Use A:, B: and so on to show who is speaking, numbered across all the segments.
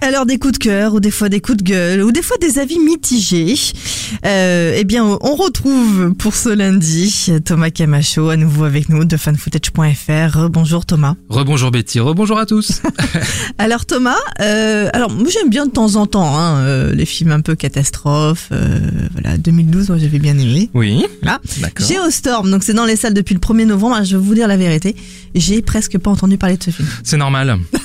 A: Alors des coups de cœur ou des fois des coups de gueule ou des fois des avis mitigés. Euh, eh bien, on retrouve pour ce lundi Thomas Camacho à nouveau avec nous de fanfootage.fr. Bonjour Thomas.
B: Rebonjour Betty, rebonjour à tous.
A: Alors Thomas, euh, alors moi j'aime bien de temps en temps hein, euh, les films un peu catastrophes. euh, voilà, 2012, moi j'avais bien aimé.
B: Oui,
A: Voilà.
B: d'accord.
A: Géostorm, donc c'est dans les salles depuis le 1er novembre. hein, je vais vous dire la vérité, j'ai presque pas entendu parler de ce film.
B: C'est normal.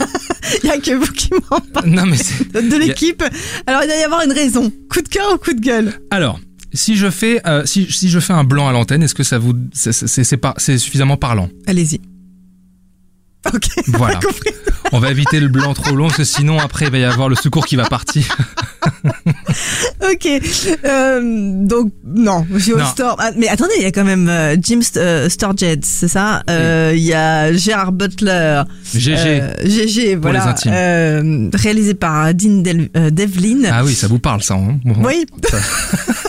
A: Il y a que vous qui m'en parlez
B: Non mais c'est...
A: de l'équipe. Alors il doit y avoir une raison. Coup de cœur ou coup de gueule
B: Alors, si je fais, euh, si, si je fais un blanc à l'antenne, est-ce que ça vous, c'est, c'est, c'est pas, c'est suffisamment parlant
A: Allez-y. Ok.
B: Voilà.
A: compris.
B: On va éviter le blanc trop long, parce que sinon après il va y avoir le secours qui va partir.
A: Ok. Euh, donc non,
B: Non.
A: Geostorm. Ah, mais attendez, il y a quand même euh, Jim St- euh, Sturgett, c'est ça Euh, Il y a Gérard Butler.
B: GG.
A: euh, GG,
B: Pour les
A: voilà.
B: intimes.
A: euh, réalisé par Dean Del- euh, Devlin.
B: Ah oui, ça vous parle ça. hein Bon.
A: Oui.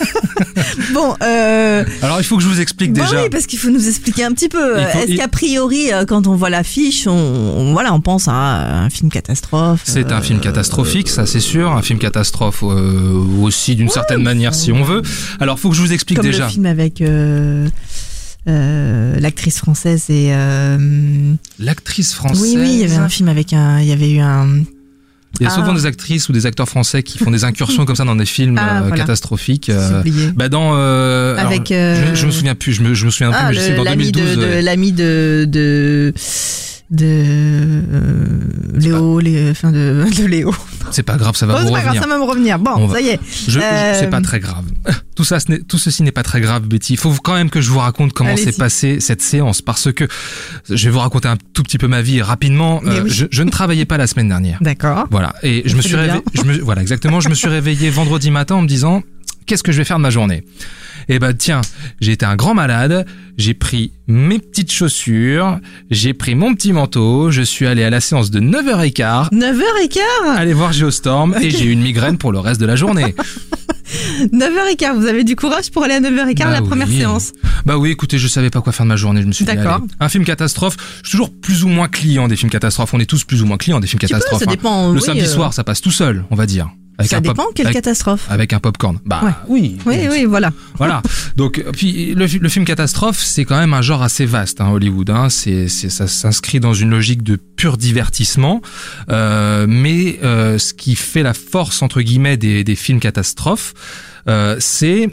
A: bon. Euh,
B: Alors il faut que je vous explique
A: bah
B: déjà.
A: oui, parce qu'il faut nous expliquer un petit peu.
B: Il faut-
A: Est-ce
B: il-
A: qu'a priori, euh, quand on voit l'affiche, on, on- voilà, on pense à un film catastrophe.
B: C'est
A: euh,
B: un film catastrophique, ça c'est sûr, un film catastrophe euh, aussi d'une certaine manière si on veut. Alors faut que je vous explique
A: Comme
B: déjà.
A: le film avec euh, euh, l'actrice française et euh,
B: L'actrice française.
A: oui oui il y avait un film avec un il y avait eu un
B: Il y a souvent
A: Ah.
B: des actrices ou des acteurs français qui font des incursions comme ça dans des films
A: Ah,
B: euh,
A: voilà.
B: catastrophiques.
A: j'ai
B: euh,
A: oublié
B: bah dans euh, alors,
A: Avec, euh,
B: je, je me souviens plus, je me, je me souviens
A: ah
B: plus, mais je sais
A: le-
B: que dans
A: l'ami
B: 2012.
A: de, de
B: euh,
A: l'ami de de de euh, Léo Lé- enfin de, de Léo
B: C'est pas grave, ça va
A: Bon, Oh, c'est
B: vous
A: pas
B: revenir.
A: grave ça va me revenir bon
B: On va-
A: ça y est
B: Je- je-
A: Euh,
B: C'est pas très grave. Tout ça, ce n'est- tout ceci n'est pas très grave, Betty. Il faut quand même que je vous raconte comment
A: Allez-y.
B: s'est passée cette séance, parce que je vais vous raconter un tout petit peu ma vie rapidement. Euh,
A: Mais oui.
B: je, je ne travaillais pas la semaine dernière.
A: d'accord
B: Voilà. Et je
A: Ça
B: me
A: fait
B: suis
A: du
B: réveillé,
A: bien.
B: je me, voilà, exactement. Je me suis réveillé vendredi matin en me disant, qu'est-ce que je vais faire de ma journée? Eh ben, tiens, j'ai été un grand malade, j'ai pris mes petites chaussures, j'ai pris mon petit manteau, je suis allé à la séance de 9h15,
A: 9h15
B: aller voir Geostorm, et j'ai eu une migraine pour le reste de la journée.
A: 9h15 vous avez du courage pour aller à 9h15
B: Bah
A: la première
B: oui.
A: séance
B: Bah oui, écoutez, je savais pas quoi faire de ma journée, je me suis dit
A: D'accord.
B: allez, un film catastrophe, je suis toujours plus ou moins client des films catastrophes, on est tous plus ou moins clients des films
A: Tu peux,
B: catastrophes.
A: ça
B: hein.
A: dépend
B: Le
A: oui,
B: samedi
A: euh,
B: soir, ça passe tout seul, on va dire. Avec
A: ça
B: un pop-
A: dépend quelle
B: avec,
A: catastrophe
B: avec un popcorn. Bah
A: Ouais.
B: oui.
A: oui oui voilà
B: Voilà. Donc puis le, fi- le film catastrophe, c'est quand même un genre assez vaste, hein, Hollywood. Hein. C'est, c'est- ça s'inscrit dans une logique de pur divertissement, Euh, mais euh, ce qui fait la force entre guillemets des, des films catastrophes, euh, c'est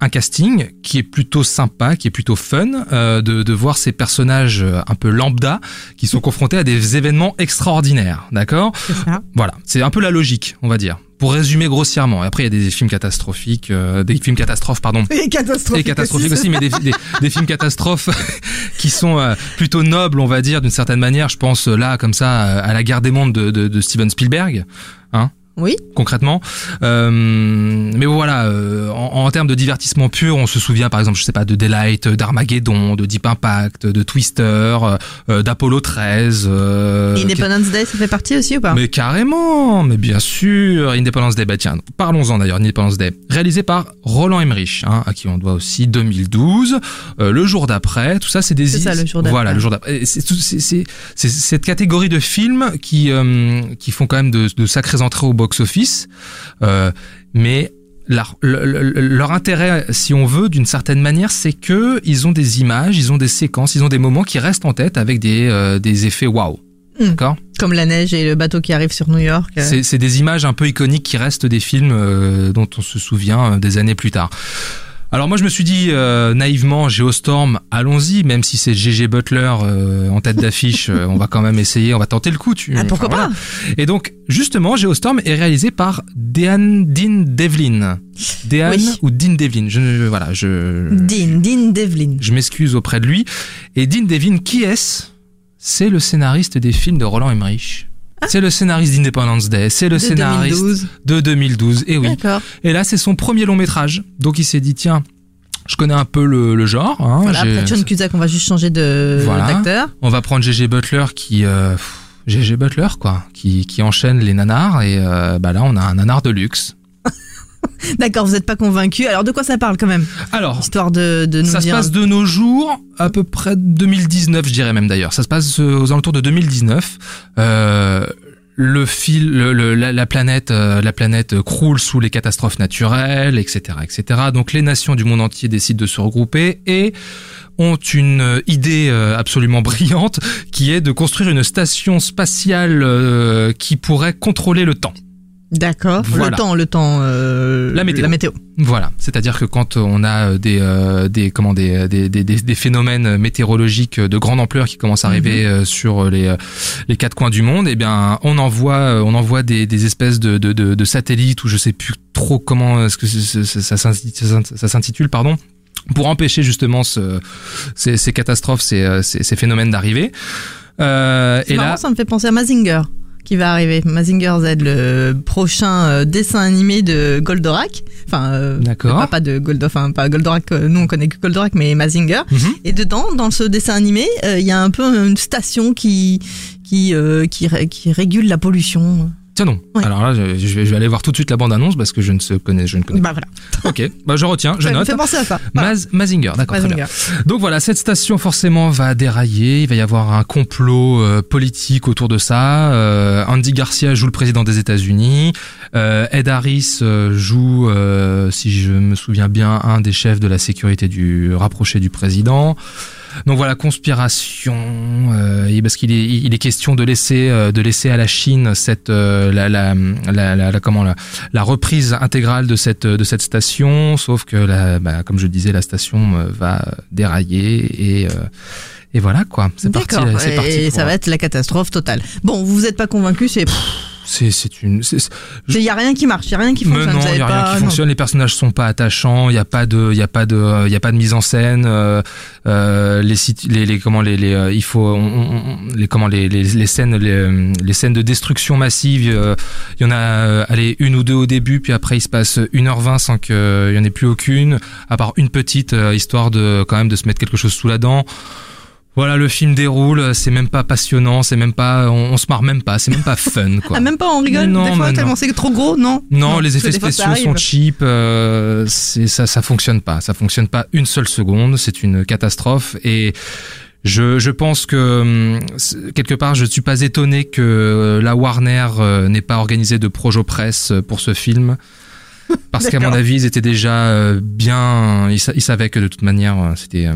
B: un casting qui est plutôt sympa, qui est plutôt fun, euh, de, de voir ces personnages euh, un peu lambda qui sont confrontés à des événements extraordinaires, d'accord
A: c'est ça
B: voilà, c'est un peu la logique, on va dire. Pour résumer grossièrement, Et après il y a des films catastrophiques, euh, des films catastrophes, pardon.
A: Et catastrophique.
B: Et catastrophiques aussi, mais des, des, des films catastrophes qui sont euh, plutôt nobles, on va dire, d'une certaine manière. Je pense euh, là, comme ça, euh, à la guerre des mondes de, de, de Steven Spielberg, hein,
A: Oui,
B: concrètement. Euh, mais voilà, euh, en, en termes de divertissement pur, on se souvient par exemple, je sais pas, de Delight, euh, d'Armageddon, de Deep Impact, de Twister, euh, euh, d'Apollo 13. euh,
A: Independence Day, ça fait partie aussi ou pas
B: mais carrément, mais bien sûr, Independence Day, bah tiens, parlons-en d'ailleurs, Independence Day, réalisé par Roland Emmerich, hein, à qui on doit aussi 2012, euh, le jour d'après, tout ça c'est des...
A: C'est ça, le jour d'après.
B: Voilà, le jour d'après. Et c'est tout- c'est- C'est c'est cette catégorie de films qui, euh, qui font quand même de, de sacrées entrées au box-office, euh, mais... leur- le- le- leur intérêt, si on veut, d'une certaine manière, c'est que ils ont des images, ils ont des séquences, ils ont des moments qui restent en tête avec des, euh, des effets waouh.
A: Hmm.
B: D'accord
A: Comme la neige et le bateau qui arrive sur New York. euh,
B: c'est, c'est des images un peu iconiques qui restent des films euh, dont on se souvient euh, des années plus tard. Alors moi je me suis dit euh, naïvement Geostorm, allons-y, même si c'est GG Butler euh, en tête d'affiche, euh, on va quand même essayer, on va tenter le coup. Tu,
A: Ah, pourquoi
B: enfin,
A: pas
B: voilà. Et donc justement Geostorm est réalisé par Dean Dean Devlin, Dean
A: Oui.
B: ou Dean Devlin, je, je- voilà, je
A: Dean, Dean Devlin.
B: je m'excuse auprès de lui. Et Dean Devlin, qui est-ce C'est le scénariste des films de Roland Emmerich. C'est le scénariste d'Independence Day, c'est le
A: Ah. de
B: scénariste
A: 2012.
B: de 2012, et oui.
A: D'accord.
B: Et là, c'est son premier long métrage. Donc il s'est dit, tiens, je connais un peu le, le genre. hein,
A: Voilà,
B: j'ai-
A: après John Cusack, on va juste changer de
B: Voilà.
A: d'acteur.
B: On va prendre GG Butler qui... euh, pff, GG Butler, quoi, qui, qui enchaîne les nanars. Et euh, bah là, on a un nanar de luxe.
A: D'accord, vous n'êtes pas convaincu. Alors de quoi ça parle quand même
B: Alors,
A: Histoire de, de nous
B: Oh. ça se
A: dire.
B: passe de nos jours, à peu près 2019, je dirais même d'ailleurs. Ça se passe euh, aux alentours de 2019. Euh, le fil, le- le- la, la planète, euh, la planète croule sous les catastrophes naturelles, etc., etc. Donc les nations du monde entier décident de se regrouper et ont une euh, idée euh, absolument brillante qui est de construire une station spatiale euh, qui pourrait contrôler le temps.
A: D'accord.
B: Voilà.
A: Le temps, le temps. euh,
B: La météo.
A: La météo.
B: Voilà, c'est-à-dire que quand on a euh, des euh, des comment des, des, des, des- des phénomènes météorologiques euh, de grande ampleur qui commencent à
A: Mhm.
B: arriver euh, sur les euh, les quatre coins du monde, eh bien on envoie euh, on envoie des, des espèces de, de, de, de satellites ou je sais plus trop comment est-ce que c'est- c'est- ça, s'inti- ça s'int- ça s'intitule pardon pour empêcher justement ce, ces, ces catastrophes ces, euh, ces, ces phénomènes d'arriver. Euh,
A: C'est
B: et
A: marrant,
B: là,
A: ça me fait penser à Mazinger qui va arriver. Mazinger Z, le prochain euh, dessin animé de Goldorak. Enfin, euh,
B: D'accord.
A: le papa de Goldorak, enfin pas Goldorak, euh, nous on connaît que Goldorak, mais Mazinger.
B: Mhm.
A: Et dedans, dans ce dessin animé, euh, il y a un peu une station qui qui euh, qui, ré- qui régule la pollution.
B: tiens non.
A: Ouais.
B: Alors là, je, je vais, je vais aller voir tout de suite la bande annonce parce que je ne se connais, je ne connais.
A: Bah voilà.
B: pas. Ok, bah je retiens, je
A: ça me
B: note.
A: fait penser à ça. Voilà.
B: Maz, Mazinger, d'accord. très bien.
A: Mazinger.
B: Donc voilà, cette station forcément va dérailler. Il va y avoir un complot euh, politique autour de ça. Euh, Andy Garcia joue le président des États-Unis. Euh, Ed Harris euh, joue, euh, si je me souviens bien, un des chefs de la sécurité du rapproché du président. Donc voilà, conspiration. euh, et parce qu'il est, il est question de laisser, euh, de laisser à la Chine cette, euh, la, la, la, la- la- comment la, la reprise intégrale de cette de cette station, sauf que la, bah, comme je disais, la station euh, va dérailler et euh, et voilà quoi. C'est parti.
A: D'accord.
B: C'est parti.
A: Et
B: pour-
A: ça va être la catastrophe totale. Bon, vous vous êtes pas convaincu, c'est
B: C'est c'est une. c'est-
A: il y a rien qui marche, il y a rien qui
B: Mais
A: fonctionne.
B: non,
A: vous avez
B: il y a
A: pas-
B: rien qui
A: non.
B: fonctionne. Les personnages sont pas attachants. Il y a pas de, il y a pas de, il y a pas de mise en scène. euh, euh, les, sit- les, les comment les, les euh, il faut on- on- on- les comment les, les, les scènes les, euh, les scènes de destruction massive. euh, Il y en a euh, allez une ou deux au début, puis après il se passe 1h20 sans que euh, il y en ait plus aucune, à part une petite euh, histoire de quand même de se mettre quelque chose sous la dent. Voilà, le film déroule. C'est même pas passionnant. C'est même pas, on, on se marre même pas. C'est même pas fun quoi.
A: Ah, même pas on rigole
B: Non,
A: des fois
B: mais non.
A: tellement c'est trop gros, non
B: Non,
A: parce
B: les
A: que
B: effets
A: des fois, ça
B: spéciaux sont
A: arrive.
B: cheap. Euh, c'est ça, ça fonctionne pas. Ça fonctionne pas une seule seconde. C'est une catastrophe. Et je, je pense que hum, c'est- quelque part, je ne suis pas étonné que euh, la Warner euh, n'ait pas organisé de projo presse euh, pour ce film. Parce qu'à mon
A: D'accord.
B: avis, ils étaient déjà euh, bien. Ils, sa- ils savaient que de toute manière, euh, c'était euh,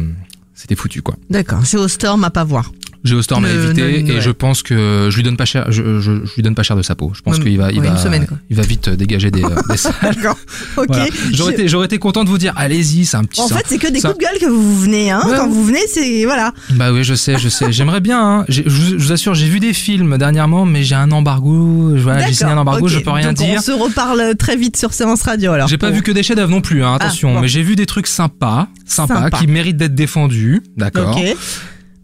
B: c'était foutu quoi.
A: D'accord, c'est au storm à pas voir.
B: Geostorm à
A: Le-
B: éviter
A: le-
B: et
A: ouais.
B: je pense que je lui donne pas cher. Je, je, je lui donne pas cher de sa peau. Je pense
A: Même-
B: qu'il va il
A: ouais,
B: va
A: une semaine, quoi.
B: il va vite dégager des, euh, des salles.
A: D'accord. OK.
B: Voilà. J'aurais
A: Je-
B: été, j'aurais été content de vous dire, allez-y, c'est un petit.
A: En
B: ça-
A: fait, c'est que des
B: ça-
A: coups de gueule que vous venez hein.
B: Ouais,
A: Quand
B: ouais.
A: vous venez, c'est voilà.
B: Bah oui, je sais, je sais. J'aimerais bien. hein. J'ai- Je, vous- je vous assure, j'ai vu des films dernièrement, mais j'ai un embargo. Je- Voilà, Ah, j'ai signé un
A: D'accord,
B: embargo,
A: ok.
B: je peux rien
A: Donc,
B: dire.
A: On se reparle très vite sur séance radio alors.
B: J'ai pas
A: Bon.
B: vu que des chefs-d'œuvre non plus, hein,
A: Ah,
B: attention.
A: bon.
B: Mais j'ai vu des trucs sympas, sympas,
A: Sympa.
B: qui méritent d'être défendus, d'accord.
A: OK.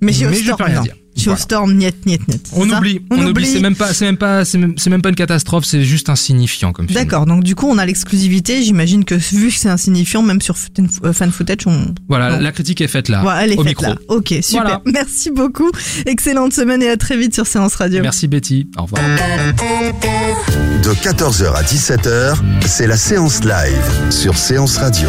A: Mais j'ai au
B: Mais je peux
A: storm.
B: rien
A: non.
B: dire.
A: J'ai au
B: Voilà.
A: storm niet niet niet.
B: On
A: c'est ça
B: oublie, on, oublie. C'est même pas, c'est même pas, c'est même, c'est même pas une catastrophe. C'est juste insignifiant comme film.
A: D'accord, donc du coup on a l'exclusivité, j'imagine que vu que c'est insignifiant, même sur Foot- euh, fan footage, on...
B: Voilà,
A: Non.
B: la critique est faite là,
A: Ouais, elle est
B: Ah, au
A: faite
B: micro.
A: là. Ok, super.
B: Voilà.
A: Merci beaucoup. Excellente semaine et à très vite sur Séance Radio.
B: Merci Betty. Au revoir.
C: De 14h à 17h, c'est la séance live sur Séance Radio.